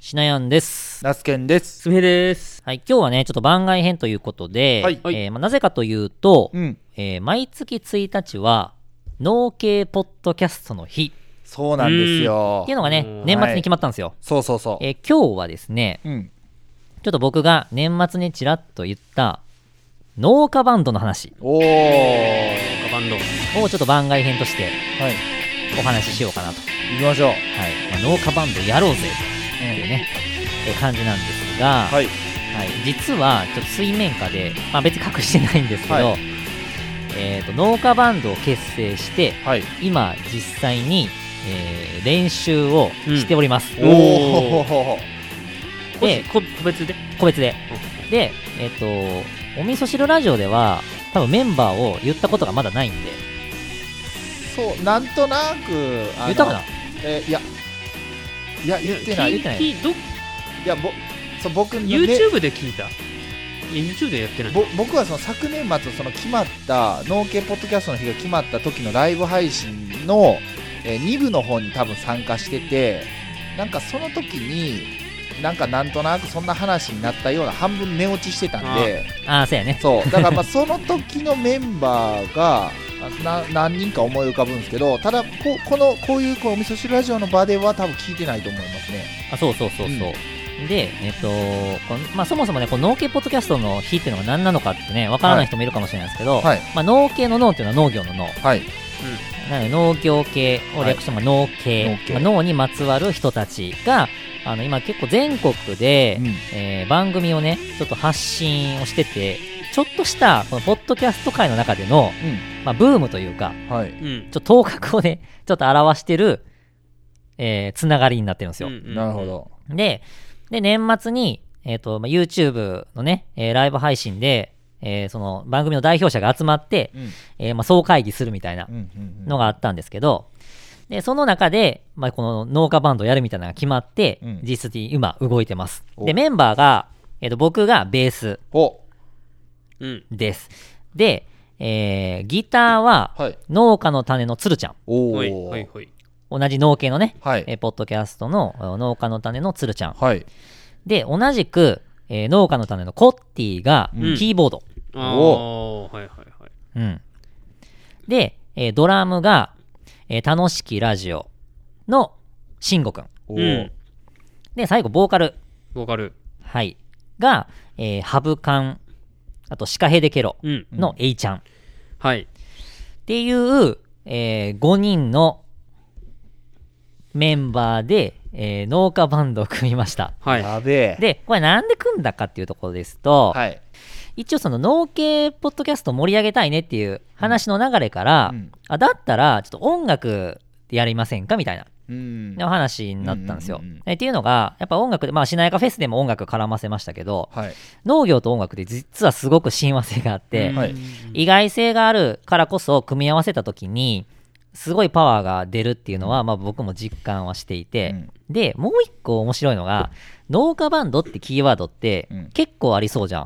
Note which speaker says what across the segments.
Speaker 1: しなやんです。
Speaker 2: ナスケンです。
Speaker 3: すみへです。
Speaker 1: はい、今日はね、ちょっと番外編ということで、
Speaker 2: はい
Speaker 1: えーまあ、なぜかというと、
Speaker 2: うん。
Speaker 1: えー毎月1日は、農系ポッドキャストの日
Speaker 2: そうなんですよ
Speaker 1: っていう。のがね
Speaker 3: うん、
Speaker 1: 年末に決まったんですよ。
Speaker 2: そうそうそう。
Speaker 1: えー今日はですね、
Speaker 2: うん。
Speaker 1: ちょっと僕が年末にちらっと言った、農家バンドの話
Speaker 2: おー。
Speaker 3: 農家バンド。
Speaker 1: をちょっと番外編として
Speaker 2: はい。
Speaker 1: お話ししようかなと。
Speaker 2: 行きましょう。
Speaker 1: はいまあ、農家バンドやろうぜ
Speaker 2: う
Speaker 1: っていうんね、えー感じなんですが、
Speaker 2: は
Speaker 1: は
Speaker 2: い。
Speaker 1: い、実はちょっと水面下で、まあ、別に隠してないんですけど、
Speaker 2: は
Speaker 1: えー、と農家バンドを結成して
Speaker 2: はい。
Speaker 1: 今実際に、えー練習をしております、
Speaker 3: うんお
Speaker 2: おー。
Speaker 1: で
Speaker 3: こ個別で。
Speaker 1: 個別ででえっ、とお味噌汁ラジオでは多分メンバーを言ったことがまだないんで
Speaker 2: そう、なんとなく、あの
Speaker 1: 言ったかな
Speaker 2: えーいや。いや、言ってない。
Speaker 1: 言
Speaker 2: い
Speaker 1: ってない
Speaker 3: きど
Speaker 2: や、ぼ、そう、僕のね
Speaker 3: YouTube で聞いた。いや YouTube でやってない。
Speaker 2: ぼ僕はその昨年末その決まった農系ポッドキャストの日が決まった時のライブ配信の、え2部の方に多分参加しててなんかその時になんかなんとなくそんな話になったような半分寝落ちしてたんで
Speaker 1: ああそうやね
Speaker 2: そうだからまあその時のメンバーがな何人か思い浮かぶんですけどただここのこういうこうお味噌汁ラジオの場では多分聞いてないと思いますね
Speaker 1: あそうそうそうそう、
Speaker 2: うん
Speaker 1: で、えっとこのまあ、そもそもね、この農系ポッドキャストの日っていうのが何なのかってね、わからない人もいるかもしれないですけど、
Speaker 2: はい
Speaker 1: まあ、農系の農っていうのは農業の農、
Speaker 2: はい
Speaker 1: なので農業系を略して、まあ農
Speaker 2: 農
Speaker 1: 系、
Speaker 2: 系
Speaker 1: まあ農にまつわる人たちが、あの今結構全国で、
Speaker 2: うん
Speaker 1: えー番組をね、ちょっと発信をしてて、ちょっとした、このポッドキャスト界の中での、まあ、ブームというか、
Speaker 2: うんはい
Speaker 3: うん。
Speaker 1: ちょっと頭角をね、ちょっと表してる、えーつながりになってるんですよ。
Speaker 3: うん
Speaker 2: なるほ。ど
Speaker 1: で、で、年末に、えっ、と、まあ、YouTube のね、えーライブ配信で、えーその番組の代表者が集まって、
Speaker 2: うん
Speaker 1: えーまあ、総会議するみたいな
Speaker 2: うんうん
Speaker 1: のがあったんですけど、で、その中で、まあ、この農家バンドやるみたいなのが決まって、
Speaker 2: うん
Speaker 1: 実質に今動いてます。
Speaker 2: お
Speaker 1: で、メンバーが、えっ、と、僕がベース
Speaker 2: お
Speaker 3: うん。
Speaker 1: です。で、えーギターは、
Speaker 2: はい
Speaker 1: 農家の種のつるちゃん。
Speaker 2: お
Speaker 3: ほい
Speaker 2: お
Speaker 3: ほいほい。
Speaker 1: 同じ農系のね、
Speaker 2: はい
Speaker 1: えーポッドキャストのあの農家の種のつるちゃん。
Speaker 2: はい。
Speaker 1: で、同じく、えー農家の種のコッティが
Speaker 2: うん
Speaker 1: キーボード。
Speaker 3: あ
Speaker 2: お
Speaker 3: お。はいはいはい。
Speaker 1: うん。で、えードラムが、えー楽しきラジオのしんごくん。
Speaker 2: お
Speaker 3: う
Speaker 2: ー
Speaker 3: ん
Speaker 1: で、最後、ボーカル。
Speaker 3: ボーカル。
Speaker 1: はい。が、えーハブカン、あと、シカヘデケロ
Speaker 3: うん。
Speaker 1: のエイちゃん。っ
Speaker 3: はい。
Speaker 1: ていう、え5人のメンバーで、えー農家バンドを組みました。
Speaker 3: はい。
Speaker 2: やべえ。
Speaker 1: で、これなんで組んだかっていうところですと、
Speaker 2: はい。
Speaker 1: 一応その農系ポッドキャスト盛り上げたいねっていう話の流れから、
Speaker 2: うん
Speaker 1: あだったらちょっと音楽やりませんかみたいな
Speaker 2: うん
Speaker 1: お話になったんですよ、
Speaker 2: うんうんうん
Speaker 1: えっていうのがやっぱ音楽でまあしなやかフェスでも音楽絡ませましたけど
Speaker 2: はい。
Speaker 1: 農業と音楽で実はすごく親和性があって、
Speaker 2: うんはい
Speaker 1: 意外性があるからこそ組み合わせた時にすごいパワーが出るっていうのは、まあ、僕も実感はしていて、でもう一個面白いのが農家バンドってキーワードって
Speaker 2: うん
Speaker 1: 結構ありそうじゃ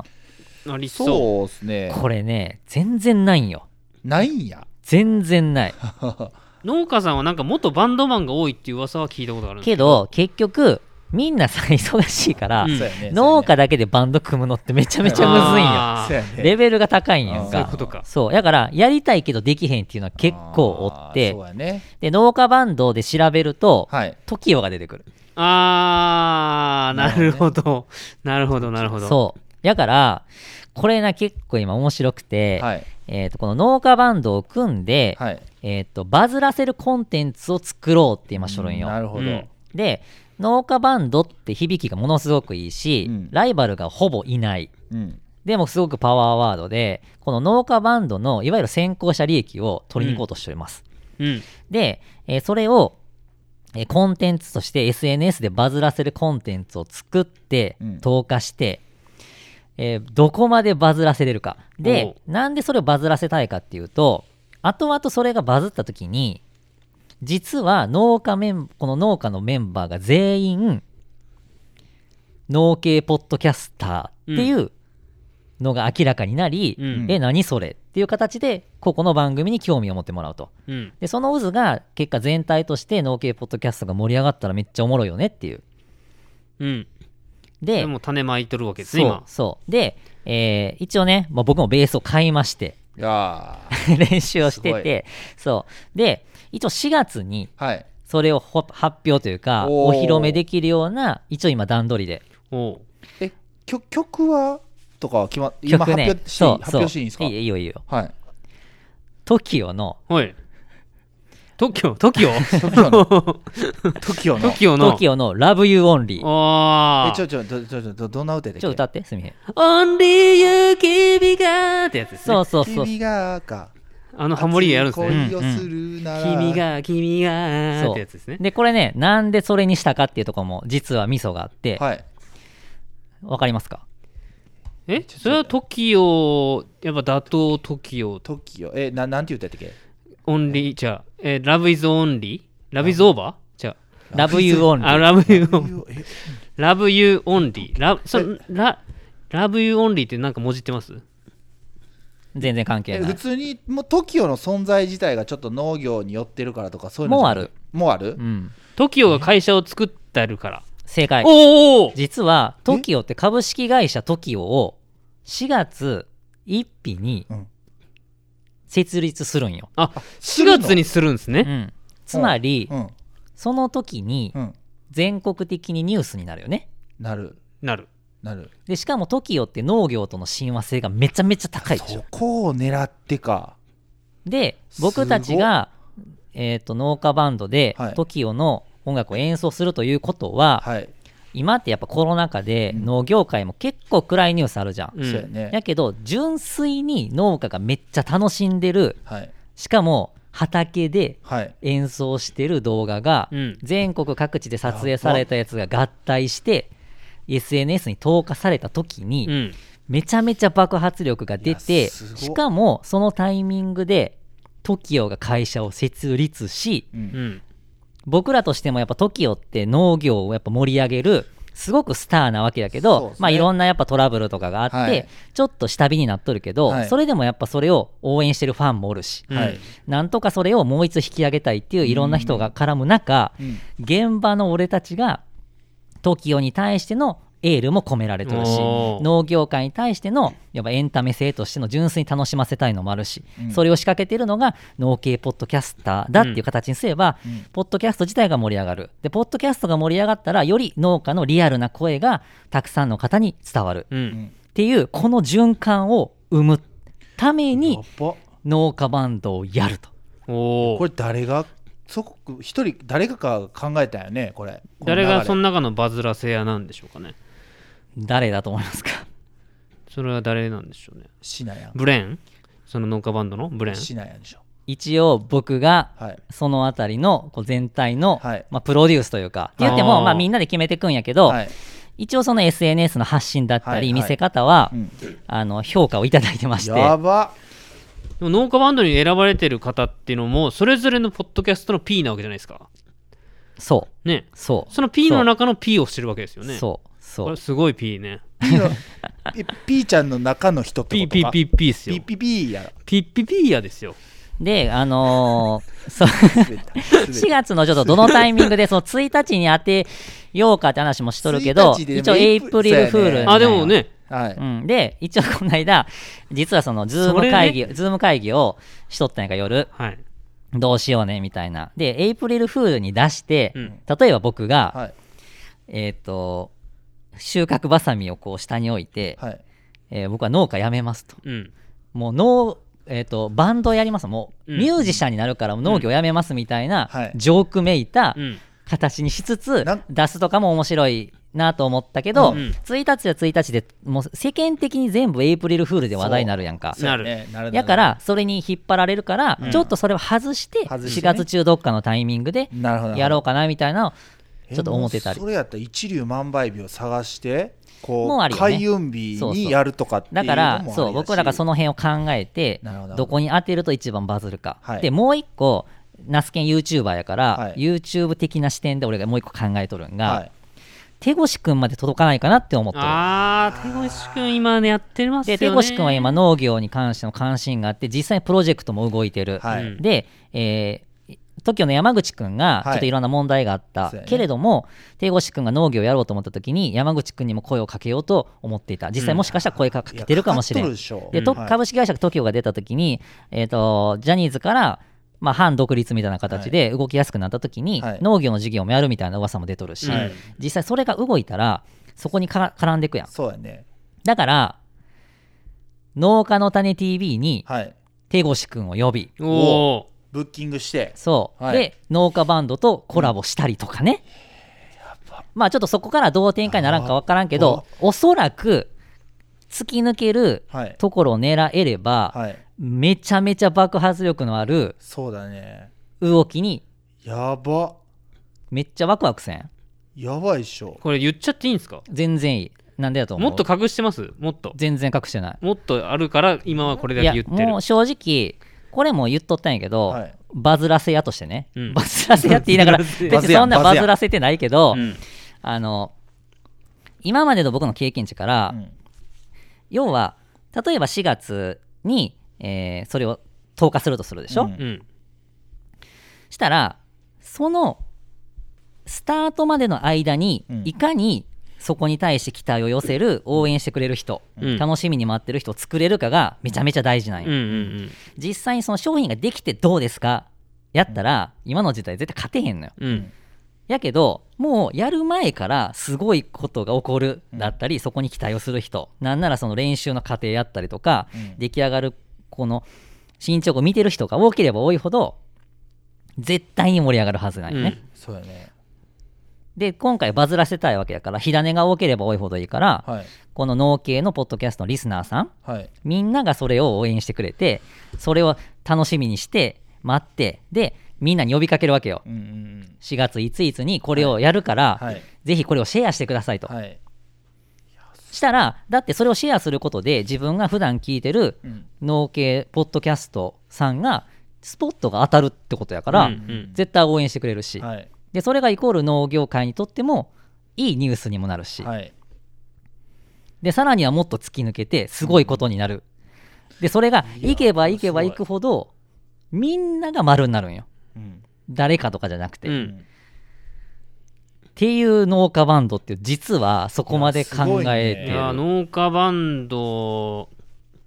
Speaker 1: ん、
Speaker 3: ありそう。
Speaker 2: そうですね。
Speaker 1: これね全然ないんよ
Speaker 2: ないんや。
Speaker 1: 全然 ない
Speaker 3: 農家さんはなんか元バンドマンが多いっていう噂は聞いたことがあるんです
Speaker 1: けど結局みんなさ忙しいから、
Speaker 3: う
Speaker 2: そ
Speaker 3: ん
Speaker 2: うやね
Speaker 1: 農家だけでバンド組むのってめちゃめちゃむずいんよ
Speaker 3: あ
Speaker 2: そう
Speaker 3: ー
Speaker 2: やね。
Speaker 1: レベルが高いんやん
Speaker 2: そう
Speaker 1: か
Speaker 2: いう
Speaker 3: ことか
Speaker 1: そうやからやりたいけどできへんっていうのは結構おっ
Speaker 2: あー
Speaker 1: て
Speaker 2: そうやね。
Speaker 1: で農家バンドで調べると、
Speaker 2: はい。
Speaker 1: TOKIO が出てくる
Speaker 3: あー、なるほど。なるほど、なるほど。
Speaker 1: そうやからこれな結構今面白くて、
Speaker 2: はい。
Speaker 1: えー、とこの農家バンドを組んで、
Speaker 2: はい。
Speaker 1: えー、とバズらせるコンテンツを作ろうって今しょるんよ、
Speaker 2: なるほ
Speaker 3: う
Speaker 2: ど
Speaker 3: ん。
Speaker 1: で農家バンドって響きがものすごくいいし、
Speaker 2: うん
Speaker 1: ライバルがほぼいない
Speaker 2: うん。
Speaker 1: でもすごくパワーワードでこの農家バンドのいわゆる先行者利益を取りに行こうとしております、
Speaker 3: うん。
Speaker 1: で、えーそれを、えーコンテンツとして SNS でバズらせるコンテンツを作って
Speaker 2: うん
Speaker 1: 投下して、えーどこまでバズらせれるかでなんでそれをバズらせたいかっていうと後々それがバズった時に実は農家メンこの農家のメンバーが全員農系ポッドキャスターっていうのが明らかになり、
Speaker 3: うん
Speaker 1: え何それっていう形でここの番組に興味を持ってもらうと
Speaker 3: うん。
Speaker 1: でその渦が結果全体として農系ポッドキャストが盛り上がったらめっちゃおもろいよねっていう
Speaker 3: うん。
Speaker 1: で
Speaker 3: でも種まいとるわけですね、
Speaker 1: そう
Speaker 3: 今。
Speaker 1: そうで、えー一応ね、まあ、僕もベースを買いまして
Speaker 2: いや
Speaker 1: 練習をしててそうで一応4月に
Speaker 2: ーはい。
Speaker 1: それをほ発表というか
Speaker 2: お
Speaker 1: お
Speaker 2: ー
Speaker 1: 披露目できるような一応今段取りで
Speaker 3: おう
Speaker 2: え、曲曲はとかは決まっ今発表していい
Speaker 1: そう
Speaker 2: 発表していいんですか
Speaker 1: そういいよいいよいいよ
Speaker 2: はい。
Speaker 1: TOKIO の
Speaker 3: はい。特許特許
Speaker 2: TOKIO の TOKIO の。
Speaker 3: 特許の。
Speaker 1: TOKIO の Love You Only ちょ
Speaker 3: あ
Speaker 2: え、ちょ、ちょ、ちょ、ちょ、どどんな歌で
Speaker 1: っと歌ってすみへん
Speaker 3: オンリーユー君がってやつですね。
Speaker 1: そうそうそう
Speaker 2: 君がか。
Speaker 3: あのハモリでやるんですね。
Speaker 2: 恋をするなら。
Speaker 3: 君。が君が
Speaker 1: そ
Speaker 3: っ
Speaker 1: う
Speaker 3: てやつですね。
Speaker 1: でこれねなんでそれにしたかっていうところも実はミソがあってわ、
Speaker 2: はい。
Speaker 1: かりますか
Speaker 3: えそれは TOKIO、やっぱ打倒 TOKIO、
Speaker 2: TOKIO。え、ななんて歌やったっけ
Speaker 3: オンリー、じゃあ、え、Love is only? Love is over? じゃ
Speaker 1: Love You
Speaker 3: あ、
Speaker 1: Only
Speaker 3: あ Love you, only
Speaker 2: え
Speaker 3: Love you only. Love, そラ Love you only ってなんかもじってます
Speaker 1: 全然関係
Speaker 2: え
Speaker 1: な
Speaker 2: 普
Speaker 1: い
Speaker 2: 通にもう TOKIO の存在自体がちょっと農業に寄ってるからとかそういうの
Speaker 1: もう
Speaker 2: じゃ
Speaker 1: あ
Speaker 2: な
Speaker 1: る
Speaker 2: くてもうある
Speaker 1: うん
Speaker 3: TOKIO が会社を作ってるから。
Speaker 1: 正解
Speaker 3: おーおー
Speaker 1: 実は TOKIO って株式会社 TOKIO を4月1日に
Speaker 2: うん
Speaker 1: 設立するんよ、
Speaker 3: あ、
Speaker 2: す
Speaker 3: 4
Speaker 2: るの
Speaker 3: 月にするんです
Speaker 1: う
Speaker 3: ね。
Speaker 1: ん、つまり
Speaker 2: うん
Speaker 1: その時に
Speaker 2: うん
Speaker 1: 全国的にニュースになるよね
Speaker 2: なる
Speaker 3: なる。
Speaker 2: なる
Speaker 1: でしかも TOKIO って農業との親和性がめちゃめちゃ高いでし
Speaker 2: そ
Speaker 1: ょ
Speaker 2: こを狙ってか
Speaker 1: で僕たちが、えー、と農家バンドで
Speaker 2: はい
Speaker 1: TOKIO の音楽を演奏するということは、
Speaker 2: はい
Speaker 1: 今ってやっぱコロナ禍で農業界も結構暗いニュースあるじゃん、
Speaker 3: うん
Speaker 2: そうやね
Speaker 1: やけど純粋に農家がめっちゃ楽しんでる
Speaker 2: はい
Speaker 1: しかも畑で
Speaker 2: はい
Speaker 1: 演奏してる動画が
Speaker 3: うん
Speaker 1: 全国各地で撮影されたやつが合体して SNS に投下された時
Speaker 3: う
Speaker 1: に
Speaker 3: ん。
Speaker 1: めちゃめちゃ爆発力が出
Speaker 2: い
Speaker 1: て
Speaker 2: やすごっ
Speaker 1: しかもそのタイミングで TOKIO が会社を設立し
Speaker 2: う
Speaker 3: うんん。
Speaker 1: 僕らとしてもやっぱ TOKIO って農業をやっぱ盛り上げるすごくスターなわけだけ
Speaker 2: そう
Speaker 1: ど、
Speaker 2: ですね
Speaker 1: まあいろんなやっぱトラブルとかがあって、
Speaker 2: はい
Speaker 1: ちょっと下火になっとるけど、
Speaker 2: はい
Speaker 1: それでもやっぱそれを応援してるファンもおるし、
Speaker 3: うん
Speaker 2: はい
Speaker 1: なんとかそれをもう一度引き上げたいっていういろんな人が絡む中、
Speaker 2: うん
Speaker 1: 現場の俺たちが TOKIO に対してのエールも込められてるし
Speaker 3: おー
Speaker 1: 農業界に対してのやっぱエンタメ性としての純粋に楽しませたいのもあるし、
Speaker 2: うん
Speaker 1: それを仕掛けてるのが農系ポッドキャスターだっていう形にすれば、
Speaker 2: うん
Speaker 1: ポッドキャスト自体が盛り上がるでポッドキャストが盛り上がったらより農家のリアルな声がたくさんの方に伝わる
Speaker 3: う。
Speaker 2: うんん
Speaker 1: っていうこの循環を生むため
Speaker 2: や
Speaker 1: に
Speaker 2: っば
Speaker 1: 農家バンドをやると
Speaker 3: おー
Speaker 2: これ誰がそこ一人誰かが考えたよねこれ
Speaker 3: 誰がそ
Speaker 2: な
Speaker 3: の中のバズらせ屋なんでしょうかね。
Speaker 1: 誰だと思いますか
Speaker 3: それは誰なんでしょうね。
Speaker 2: シナヤン
Speaker 3: ブレーンその農家バンドのブレーン
Speaker 2: シナヤンでしょ
Speaker 1: 一応僕が
Speaker 2: はい
Speaker 1: そのあたりのこう全体の、
Speaker 2: はい
Speaker 1: まあ、プロデュースというか、って言って
Speaker 3: あー
Speaker 1: も、まあ、みんなで決めていくんやけど、
Speaker 2: はい
Speaker 1: 一応その SNS の発信だった
Speaker 2: はい
Speaker 1: り見せ方は、
Speaker 2: うん
Speaker 1: あの評価をいただいてまして
Speaker 2: やば
Speaker 3: でも農家バンドに選ばれてる方っていうのもそれぞれのポッドキャストの P なわけじゃないですか
Speaker 1: そ
Speaker 3: ね
Speaker 1: うそう
Speaker 3: その P の中の P をしてるわけですよねう
Speaker 1: そうそ
Speaker 3: こ
Speaker 1: う
Speaker 3: れすごい P ね
Speaker 2: P のえ P ちゃんの中の人ってことか
Speaker 3: PPPP っすよ
Speaker 2: PPP や
Speaker 3: PPP やですよ
Speaker 1: であの ーそう
Speaker 2: 滑った 滑った
Speaker 1: 4月のちょっとどのタイミングでその1日に当てようかって話もしとるけど
Speaker 2: 1日で
Speaker 1: 一応エイプリルフール
Speaker 2: そう
Speaker 1: なん
Speaker 2: や
Speaker 1: よ
Speaker 3: あでもね
Speaker 2: はい
Speaker 1: うん、で一応この間実はそのズーム会議、ズーム会議をしとったんやから夜
Speaker 3: はい
Speaker 1: どうしようねみたいな。で、エイプリルフールに出して、
Speaker 3: うん
Speaker 1: 例えば僕が、
Speaker 2: はい
Speaker 1: えっ、と、収穫バサミをこう下に置いて、
Speaker 2: はい
Speaker 1: えー僕は農家辞めますと。
Speaker 3: うん
Speaker 1: もう農、えっ、と、バンドやります。もう、
Speaker 3: うん
Speaker 1: ミュージシャンになるから農業辞めますみたいな、
Speaker 2: はい
Speaker 1: ジョークめいた
Speaker 3: うん
Speaker 1: 形にしつつ
Speaker 2: なん、
Speaker 1: 出すとかも面白いなと思ったけど、
Speaker 3: うん
Speaker 1: 1日は1日で、もう世間的に全部エイプリルフールで話題になるやんか。
Speaker 3: なる
Speaker 2: そうねなるなる
Speaker 1: やから、それに引っ張られるから、
Speaker 2: うん
Speaker 1: ちょっとそれを外して、
Speaker 2: 外して
Speaker 1: 4
Speaker 2: ね
Speaker 1: 月中どっかのタイミングで
Speaker 2: なるほどなるほど
Speaker 1: やろうかなみたいなのを
Speaker 2: え
Speaker 1: ちょっと思ってたり
Speaker 2: もうそれやったら一粒万倍日を探してこう
Speaker 1: もうあるよね
Speaker 2: 開運日
Speaker 1: そうそう
Speaker 2: にやるとかっていう
Speaker 1: だ
Speaker 2: のも
Speaker 1: からそう僕はだからその
Speaker 2: の
Speaker 1: 辺を考えて
Speaker 2: なるほど
Speaker 1: どこに当てると一番バズるか、
Speaker 2: はい
Speaker 1: でもう一個ナスケン YouTuber やから、
Speaker 2: はい
Speaker 1: YouTube 的な視点で俺がもう一個考えとるんが、
Speaker 2: はい
Speaker 1: 手越くんまで届かないかなって思ってる
Speaker 3: あー手越くん今ねやってますよ
Speaker 1: で
Speaker 3: ね
Speaker 1: 手越くんは今農業に関しての関心があって実際にプロジェクトも動いてる、
Speaker 2: はい
Speaker 3: うん
Speaker 1: で、えー TOKIO の山口くんが
Speaker 2: は
Speaker 1: ち
Speaker 2: い
Speaker 1: ょっといろんな問題があった、
Speaker 2: そうやね
Speaker 1: けれども帝郷士くんが農業をやろうと思った時に山口くんにも声をかけようと思っていた実際もしかしたら声かけてるかもしれん、
Speaker 2: いやかかっとるでしょ
Speaker 1: で、
Speaker 3: うん
Speaker 1: と
Speaker 2: はい
Speaker 1: 株式会社 TOKIO が出た時に、えー、とジャニーズから、まあ、反独立みたいな形で動きやすくなった時に、
Speaker 2: はい
Speaker 1: 農業の事業もやるみたいな噂も出とるし、
Speaker 3: はい
Speaker 1: 実際それが動いたらそこにか絡んでいくやん
Speaker 2: そうやね
Speaker 1: だから農家の種 TV に
Speaker 2: はい
Speaker 1: 手越くんを呼び
Speaker 3: おお
Speaker 2: ブッキングして
Speaker 1: そう、
Speaker 2: はい
Speaker 1: で農家バンドとコラボしたりとかね、まあちょっとそこからどう展開にならんか分からんけどおそらく突き抜ける
Speaker 2: はい
Speaker 1: ところを狙えれば、
Speaker 2: はい
Speaker 1: めちゃめちゃ爆発力のある
Speaker 2: そうだね
Speaker 1: 動きに
Speaker 2: やば
Speaker 1: めっちゃワクワクせん
Speaker 2: やばいっしょ
Speaker 3: これ言っちゃっていいんですか
Speaker 1: 全然いいなんでだと思
Speaker 3: も
Speaker 1: う
Speaker 3: っと隠してますもっと
Speaker 1: 全然隠してない
Speaker 3: もっとあるから今はこれだ
Speaker 1: いや
Speaker 3: け言ってる
Speaker 1: もう正直これも言っとったんやけど、
Speaker 2: はい
Speaker 1: バズらせやとしてね、
Speaker 3: うん
Speaker 1: バズらせやって言いながら別
Speaker 2: バズ
Speaker 1: に
Speaker 2: やん
Speaker 1: そんな
Speaker 2: バ
Speaker 1: バ
Speaker 2: ズやん
Speaker 1: ズらせてないけど、
Speaker 3: うん
Speaker 1: あの今までの僕の経験値から、
Speaker 2: うん
Speaker 1: 要は例えば4月に、えーそれを投下するとするでしょ、
Speaker 2: うん
Speaker 3: うん
Speaker 1: したらそのスタートまでの間に、
Speaker 2: うん
Speaker 1: いかにそこに対して期待を寄せる応援してくれる人、
Speaker 3: うん
Speaker 1: 楽しみに待ってる人を作れるかがめちゃめちゃ大事なん
Speaker 3: う
Speaker 1: よ
Speaker 3: んうん
Speaker 1: 実際にその商品ができてどうですかやったら、今の時代絶対勝てへんのよ
Speaker 3: うんうん
Speaker 1: やけどもうやる前からすごいことが起こるだったり、そこに期待をする人なんならその練習の過程やったりとか、
Speaker 2: うん
Speaker 1: 出来上がるこの進捗を見てる人が多ければ多いほど絶対に盛り上がるはずなんよね、
Speaker 2: そうやね
Speaker 1: で今回バズらせたいわけやから火種が多ければ多いほどいいから、
Speaker 2: はい
Speaker 1: この農系のポッドキャストのリスナーさん
Speaker 2: はい
Speaker 1: みんながそれを応援してくれてそれを楽しみにして待ってでみんなに呼びかけるわけよ
Speaker 2: うんうん
Speaker 1: 4月いついつにこれをやるから、
Speaker 2: はい
Speaker 1: ぜひこれをシェアしてくださいと、
Speaker 2: うんはい
Speaker 1: したらだってそれをシェアすることで自分が普段聞いてる
Speaker 2: うん
Speaker 1: 農系ポッドキャストさんがスポットが当たるってことやから、
Speaker 3: うんうん
Speaker 1: 絶対応援してくれるし、
Speaker 2: はい
Speaker 1: でそれがイコール農業界にとってもいいニュースにもなるし、
Speaker 2: はい
Speaker 1: でさらにはもっと突き抜けてすごいことになる、でそれが
Speaker 2: いやー
Speaker 1: 行けば行けば行くほどみんなが丸になるんよ
Speaker 2: うん
Speaker 1: 誰かとかじゃなくて、
Speaker 3: う
Speaker 1: っ
Speaker 3: ん
Speaker 1: ていう農家バンドっていう実はそこまで考え
Speaker 2: うん
Speaker 1: てる、
Speaker 3: いや農家バンド、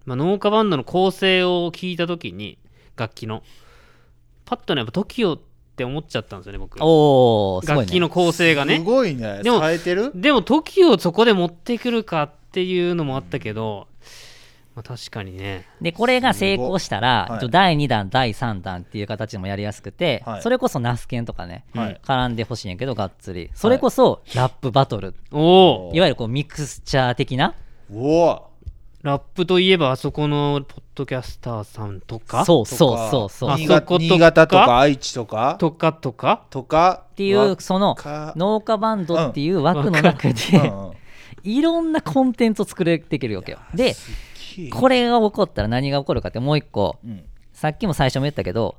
Speaker 3: まあ、農家バンドの構成を聞いた時に楽器のパッとねやっぱ TOKIO って思っちゃったんですよね僕
Speaker 1: おおすごい
Speaker 3: 楽器
Speaker 1: ね
Speaker 3: の構成が
Speaker 2: す
Speaker 3: ね
Speaker 2: ごいね
Speaker 3: でも
Speaker 2: 冴えてる
Speaker 3: でも TOKIO をそこで持ってくるかっていうのもあったけど、まあ、確かにね
Speaker 1: でこれが成功したら、
Speaker 2: すごいはい
Speaker 1: ちょ第2弾第3弾っていう形でもやりやすくて、
Speaker 2: はい
Speaker 1: それこそナスケンとかね、
Speaker 2: はい
Speaker 1: 絡んでほしいんやけどがっつりそれこそラップバトル、
Speaker 3: おお
Speaker 1: い、わゆるこうミクスチャー的な
Speaker 2: おお
Speaker 3: ラップといえばあそこのポッドキャスターさんとか
Speaker 1: そうそうそうそう
Speaker 3: あ
Speaker 1: っ
Speaker 2: 新
Speaker 3: そこ
Speaker 2: 潟新
Speaker 3: とか
Speaker 2: 潟とか愛知とか
Speaker 3: とかとか
Speaker 2: とかって
Speaker 1: いうその
Speaker 2: か
Speaker 1: 農家バンドっていう枠の中で、
Speaker 2: うんうん
Speaker 1: いろんなコンテンツを作れていけるわけよでこれが起こったら何が起こるかってもう一個
Speaker 2: うん
Speaker 1: さっきも最初も言ったけど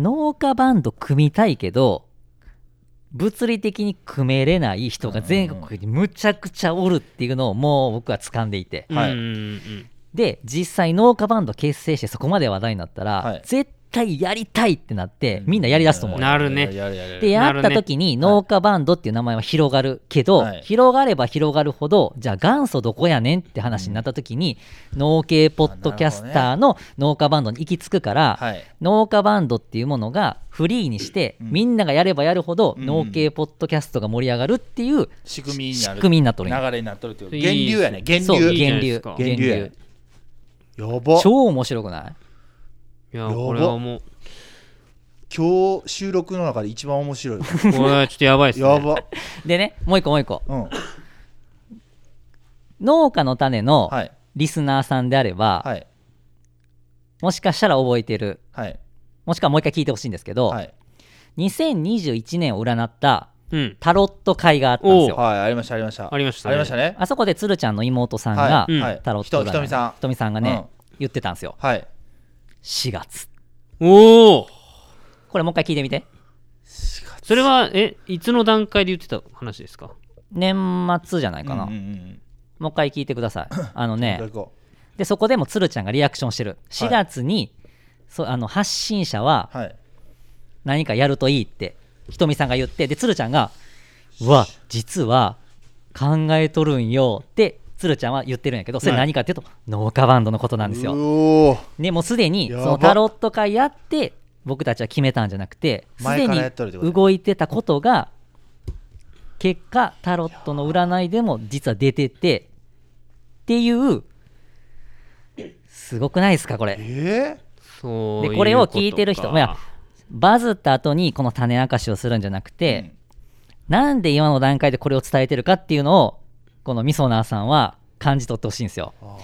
Speaker 1: 農家バンド組みたいけど物理的に組めれない人が全国にむちゃくちゃおるっていうのをもう僕は掴んでいて
Speaker 2: はい
Speaker 3: うんうん
Speaker 1: で実際農家バンド結成してそこまで話題になったら、
Speaker 2: はい
Speaker 1: 絶対やりたいってなってみんなやりだすと思うよ、
Speaker 3: なるね
Speaker 2: やるやるやる
Speaker 1: でや
Speaker 3: なる
Speaker 1: っ
Speaker 3: ね
Speaker 1: た時に農家バンドっていう名前は広がるけど、
Speaker 2: はい
Speaker 1: 広がれば広がるほどじゃあ元祖どこやねんって話になった時に、農系ポッドキャスターの農家バンドに行き着くから、
Speaker 2: はい
Speaker 1: 農家バンドっていうものがフリーにして、
Speaker 2: うん
Speaker 1: みんながやればやるほど
Speaker 2: うん
Speaker 1: 農系ポッドキャストが盛り上がるっていう
Speaker 2: 仕組みにな
Speaker 1: 仕
Speaker 2: る
Speaker 1: 組みになっとるんよ
Speaker 2: 流れになっとるってこと
Speaker 3: いい
Speaker 2: 源流やね源
Speaker 1: そう
Speaker 2: 流
Speaker 3: いいじゃ
Speaker 1: 源
Speaker 3: ないで
Speaker 1: 流
Speaker 3: すか
Speaker 1: 源
Speaker 2: 源流
Speaker 1: 流
Speaker 2: やば今
Speaker 1: 超面白くない
Speaker 3: いや
Speaker 2: やば
Speaker 3: これはもう
Speaker 2: 日収録の中で一番面白い
Speaker 3: これはちょっとやばいっすね
Speaker 2: やば
Speaker 1: でねもう一個もう一個
Speaker 2: うん
Speaker 1: 農家の種の
Speaker 2: はい
Speaker 1: リスナーさんであれば、
Speaker 2: はい
Speaker 1: もしかしたら覚えてる
Speaker 2: はい
Speaker 1: もしくはもう一回聞いてほしいんですけど、
Speaker 2: はい
Speaker 1: 2021年を占った
Speaker 3: うん
Speaker 1: タロット会があったんですよ
Speaker 2: はいありましたありました
Speaker 3: ありました
Speaker 2: あ
Speaker 3: ね
Speaker 2: りましたね
Speaker 1: あそこで鶴ちゃんの妹さんが、
Speaker 3: いうん
Speaker 2: はい
Speaker 1: タロッ
Speaker 2: ひと
Speaker 1: ト
Speaker 2: ひとみさん
Speaker 1: ひとみさんがね、言ってたんですよ
Speaker 2: はい
Speaker 1: 4月
Speaker 3: おお
Speaker 1: これもう一回聞いてみて
Speaker 3: それはえいつの段階で言ってた話ですか
Speaker 1: 年末じゃないかな、
Speaker 2: うんうんうん
Speaker 1: もう一回聞いてくだ さいあのね
Speaker 2: じゃあ行こ
Speaker 1: でそこでも鶴ちゃんがリアクションしてる4月に、そあの発信者は
Speaker 2: うはい
Speaker 1: 何かやるといいってひとみさんが言ってでつるちゃんが「うわ実は考えとるんよ」ってつるちゃんは言ってるんやけどそれ何かっていうと農家バンドのことなんですよ。
Speaker 2: おー
Speaker 1: ね、もうすでにそ
Speaker 2: やば
Speaker 1: のタロット会やって僕たちは決めたんじゃなくてす
Speaker 2: 前
Speaker 1: で
Speaker 2: から
Speaker 1: に
Speaker 2: やっとるってことね
Speaker 1: 動いてたことが結果タロットの占いでも実は出ててっていうすごくないですかこれ
Speaker 2: え
Speaker 3: そういう
Speaker 1: でこれを聞いてる人
Speaker 3: ことか
Speaker 1: まあバズった後にこの種明かしをするんじゃなく
Speaker 2: ー
Speaker 1: て、なんで今の段階でこれを伝えてるかっていうのをこのみそなーさんは感じ取ってほしいんですよ
Speaker 2: あ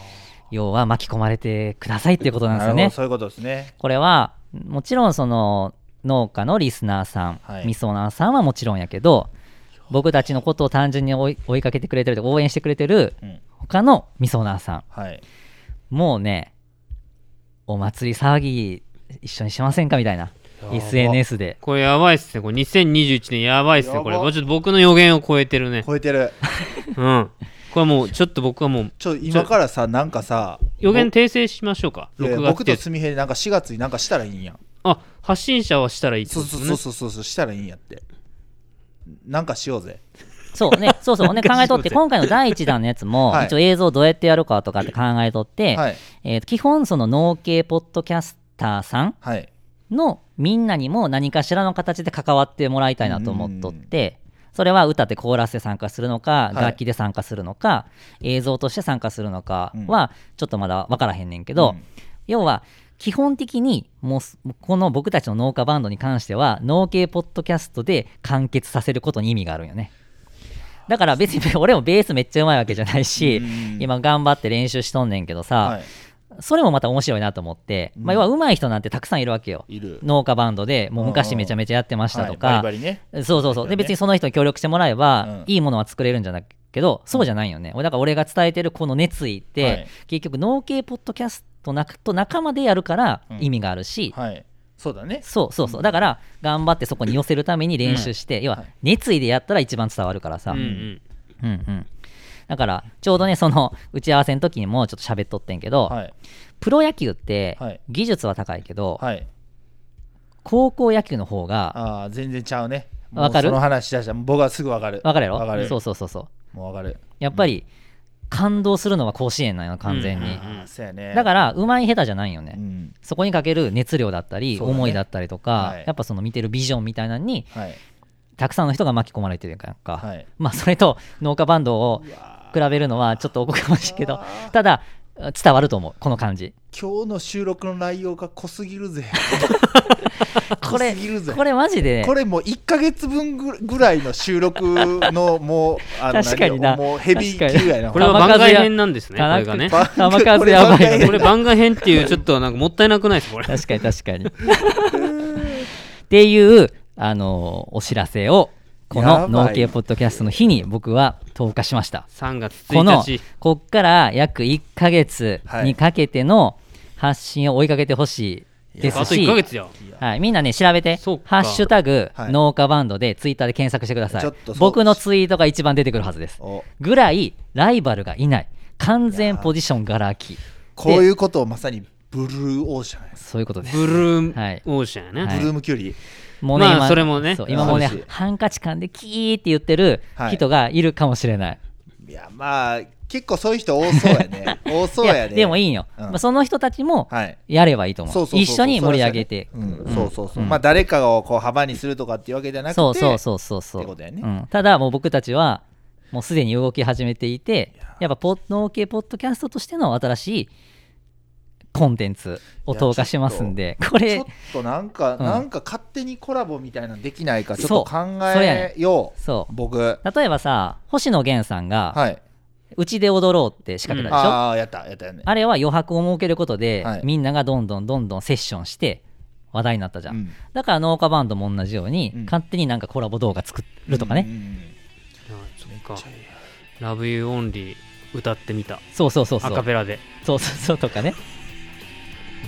Speaker 1: 要は巻き込まれてくださいっていうこと
Speaker 2: ー
Speaker 1: なんですよ
Speaker 2: なるほ
Speaker 1: ね
Speaker 2: どそういうことですね
Speaker 1: これはもちろんその農家のリスナーさん、
Speaker 2: はい
Speaker 1: みそなーさんはもちろんやけど僕たちのことを単純に追い追いかけてくれてる応援してくれてる
Speaker 2: うん
Speaker 1: 他のみそなーさん
Speaker 2: はい
Speaker 1: もうねお祭り騒ぎ一緒にしませんかみたいな
Speaker 2: やば
Speaker 1: SNS で
Speaker 3: これやばいっすねこれ2021年やばいっすねこれ
Speaker 2: やば
Speaker 3: もうちょっと僕の予言を超えてるね
Speaker 2: 超えてる
Speaker 3: うんこれもうちょっと僕はもう
Speaker 2: ちょ今からさなんか さ
Speaker 3: 予言訂正しましょうか
Speaker 2: いや
Speaker 3: 6
Speaker 2: 僕と
Speaker 3: 月です
Speaker 2: すみへなんか4月になんかしたらいいんやん
Speaker 3: あ発信者はしたらいいって
Speaker 2: そ
Speaker 3: こ
Speaker 2: う
Speaker 3: と
Speaker 2: そう
Speaker 3: ね
Speaker 2: そうそうそうそうしたらいいんやってなんかしようぜ
Speaker 1: そう ね、そうそうね、
Speaker 3: なん
Speaker 1: 考
Speaker 3: か
Speaker 1: えとって、
Speaker 3: すいません
Speaker 1: 今回の第1弾のやつも、
Speaker 2: はい
Speaker 1: 一応映像どうやってやるかとかって考えとって、
Speaker 2: はい
Speaker 1: えーと基本、その農系ポッドキャスターさん
Speaker 2: はい
Speaker 1: のみんなにも何かしらの形で関わってもらいたいなと思っとって、それは歌ってコーラスで参加するのか
Speaker 2: は、い
Speaker 1: 楽器で参加するのか、映像として参加するのか
Speaker 2: うん
Speaker 1: は、ちょっとまだ分からへんねんけど、
Speaker 2: うん
Speaker 1: 要は、基本的にもうすこの僕たちの農家バンドに関しては農系ポッドキャストで完結させることに意味があるんよねだから別に俺もベースめっちゃうまいわけじゃないし
Speaker 2: うん
Speaker 1: 今頑張って練習しとんねんけどさ、
Speaker 2: はい
Speaker 1: それもまた面白いなと思って、まあ、要は上手い人なんてたくさんいるわけよ
Speaker 2: いる
Speaker 1: 農家バンドでもう
Speaker 2: うんう
Speaker 1: 昔
Speaker 2: ん
Speaker 1: めちゃめちゃやってましたとか、
Speaker 2: はいバリバリね
Speaker 1: そうそうそう、
Speaker 2: だよね
Speaker 1: で別にその人に協力してもらえば、
Speaker 2: うん
Speaker 1: いいものは作れるんじゃないけどそうじゃないよね、だから俺が伝えてるこの熱意って、
Speaker 2: はい
Speaker 1: 結局農系ポッドキャストなと仲間でやるから
Speaker 2: うん
Speaker 1: 意味があるし、
Speaker 2: はいそうだね
Speaker 1: そうそうそうだから頑張ってそこに寄せるために練習して、要は熱意でやったら一番伝わるからさ、
Speaker 3: うんうん
Speaker 1: うんうんだからちょうどねその打ち合わせの時にもちょっと喋っとってんけど、
Speaker 2: はい
Speaker 1: プロ野球って
Speaker 2: はい
Speaker 1: 技術は高いけど、
Speaker 2: はい
Speaker 1: 高校野球の方が
Speaker 2: ああ全然ちゃうねもう
Speaker 1: わかる
Speaker 2: その話出したら僕はすぐわかる
Speaker 1: 分かるやろ
Speaker 2: わかる
Speaker 1: そうそうそうそう
Speaker 2: もうわかる
Speaker 1: やっぱり感動するのは甲子園なんよ完全に、
Speaker 3: うん
Speaker 2: ああそうやね
Speaker 1: だから上手い下手じゃないよね、
Speaker 2: うん
Speaker 1: そこにかける熱量だったり、
Speaker 2: そうだね
Speaker 1: 思いだったりとか、
Speaker 2: はい
Speaker 1: やっぱその見てるビジョンみたいなのに
Speaker 2: はい
Speaker 1: たくさんの人が巻き込まれてるやんか、
Speaker 2: はい
Speaker 1: まあそれと農家バンドを比べるのはちょっとおこがましいけどただ伝わると思うこの感じ
Speaker 2: 今日の収録の内容が濃すぎるぜ
Speaker 1: これ
Speaker 2: 濃すぎるぜ
Speaker 1: これマジで
Speaker 2: これもう1か月分ぐぐらいの収録のも うあの
Speaker 1: 確かにな
Speaker 2: 何よもうヘビ
Speaker 1: 確か
Speaker 2: ー
Speaker 1: に
Speaker 2: 級やな
Speaker 3: これは番外編なんですねこれがね
Speaker 2: ば
Speaker 1: 球数やばいよね
Speaker 3: これ番外編っていうちょっとなんかもったいなくないですかこれ
Speaker 1: 確かに確かにっていうあのお知らせをこ
Speaker 2: やば
Speaker 1: の
Speaker 2: い
Speaker 1: 農系ポッドキャストの日に僕は投下しました
Speaker 3: 3月
Speaker 1: この
Speaker 3: 1日
Speaker 1: こっから約1ヶ月にかけての発信を追いかけてほしいで
Speaker 3: あ
Speaker 1: す
Speaker 3: と1
Speaker 1: し
Speaker 3: ヶ月よ
Speaker 1: はい、みんなね調べて
Speaker 3: そ
Speaker 1: 「
Speaker 3: うか
Speaker 1: ハッシュタグ
Speaker 2: はい
Speaker 1: 農家バンド」でツイッターで検索してくださ
Speaker 2: ちょ
Speaker 1: い
Speaker 2: っとそう
Speaker 1: 僕のツイートが一番出てくるはずです
Speaker 2: お
Speaker 1: ぐらいライバルがいない完全ポジションがら空き
Speaker 2: こういうことをまさにブルーオーシャンや
Speaker 1: そういうことです
Speaker 3: ブル
Speaker 1: はい
Speaker 3: ーオーシャンやね、
Speaker 1: はい
Speaker 2: ブルーム距離
Speaker 1: もうね
Speaker 3: まあ
Speaker 1: 今
Speaker 3: それもね
Speaker 1: う今もうね
Speaker 2: そうです
Speaker 1: ハンカチ感でキーって言ってる
Speaker 2: はい
Speaker 1: 人がいるかもしれない
Speaker 2: いやまあ結構そういう人多そうや ね多そうや
Speaker 1: い
Speaker 2: ね
Speaker 1: でもいいんよ
Speaker 2: うん
Speaker 1: まあその人たちも
Speaker 2: はい
Speaker 1: やればいいと思
Speaker 2: そう
Speaker 1: う
Speaker 2: そうそうそ
Speaker 1: 一
Speaker 2: う
Speaker 1: 緒に盛り上げて
Speaker 2: そうですよねうん
Speaker 1: うん
Speaker 2: そうそうそう、
Speaker 1: うん
Speaker 2: まあ誰かをこう幅にするとかっていうわけじゃなくて
Speaker 1: そうそうそうそうそう
Speaker 2: ってことやね
Speaker 1: うん、ただもう僕たちはもうすでに動き始めていて
Speaker 2: いや
Speaker 1: やっぱポッ農系ポッドキャストとしての新しいコンテンツを投下しますんでこ
Speaker 2: ちょ
Speaker 1: れ
Speaker 2: っとなんか、
Speaker 1: うん
Speaker 2: なんか勝手にコラボみたいなのできないかちょっ
Speaker 1: そう
Speaker 2: と考
Speaker 1: そうやね
Speaker 2: えよう
Speaker 1: そう
Speaker 2: 僕
Speaker 1: 例えばさ星野源さんが
Speaker 2: はい
Speaker 1: 「うちで踊ろう」って仕掛けたでしょ、
Speaker 2: ああやったやったやね
Speaker 1: あれは余白を設けることで、
Speaker 2: はい
Speaker 1: みんながどんどんどんどんセッションして話題になったじゃん、
Speaker 2: うん
Speaker 1: だから農家バンドも同じように、
Speaker 2: うん
Speaker 1: 勝手になんかコラボ動画作るとかね、
Speaker 2: うんうんうん
Speaker 3: あそっか「ラブユーオンリー歌ってみた
Speaker 1: そうそうそうそ
Speaker 3: ア
Speaker 1: う
Speaker 3: カペラで
Speaker 1: そうそうそうとかね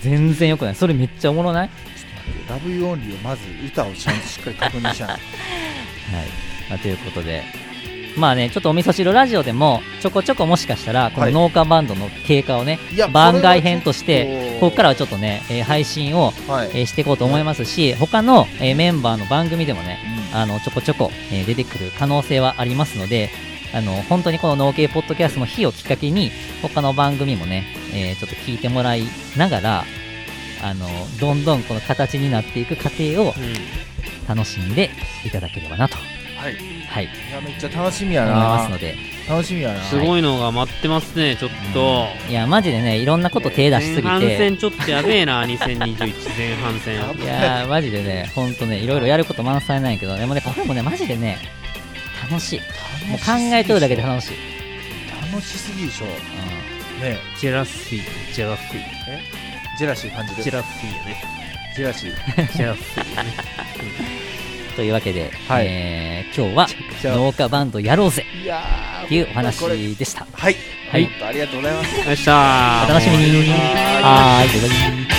Speaker 1: 全然よくないそれめっちゃおもろない、はい
Speaker 2: ラブユーオンリーをまず歌をちゃんとしっかり確認しない
Speaker 1: まあ、ということでまあねちょっとお味噌汁ラジオでもちょこちょこもしかしたらこの農家バンドの経過をね、
Speaker 2: いや
Speaker 1: 番外編としてここからはちょっとね、えー配信を、
Speaker 2: はい、
Speaker 1: えーしていこうと思いますし他の、えーメンバーの番組でもね
Speaker 2: うん
Speaker 1: あのちょこちょこ、えー出てくる可能性はありますのであの本当にこの農系ポッドキャストの日をきっかけに他の番組もね、えーちょっと聞いてもらいながらあのどんどんこの形になっていく過程を楽しんでいただければなと、
Speaker 2: はい、い
Speaker 1: はい、
Speaker 2: やめっちゃ楽しみや
Speaker 1: 思いま
Speaker 2: な
Speaker 1: すので
Speaker 2: 楽しみやな
Speaker 3: すごいのが待ってますね、ちょっと。
Speaker 1: いやマジでねいろんなこと手出しすぎ
Speaker 3: 前半
Speaker 1: て
Speaker 3: 戦ちょっとやべえな、2021前半戦。
Speaker 2: やば
Speaker 1: いやーマジでねほんとねいろいろやること満載なんやけどでもねこれもねマジでね楽しいもう考えとるだけで楽しい、
Speaker 2: 楽しすぎでしょね
Speaker 1: う
Speaker 3: ジェラスフィー、ジェラスフィー。
Speaker 2: ジェラシー感じる
Speaker 3: ジェラスフィーやね。
Speaker 2: ジェラシ ー
Speaker 3: ジェラスフィーやね。
Speaker 1: んというわけで、
Speaker 2: はい
Speaker 1: えー今日は
Speaker 2: ちゃ
Speaker 1: 農家バンドやろうぜ
Speaker 2: いやー
Speaker 1: っていうお話
Speaker 2: これ
Speaker 1: でした
Speaker 2: はい、
Speaker 1: はい
Speaker 2: 本当ありがとうございます
Speaker 3: よっしゃー
Speaker 1: お楽しみに
Speaker 2: はーい
Speaker 1: はーいバイバイ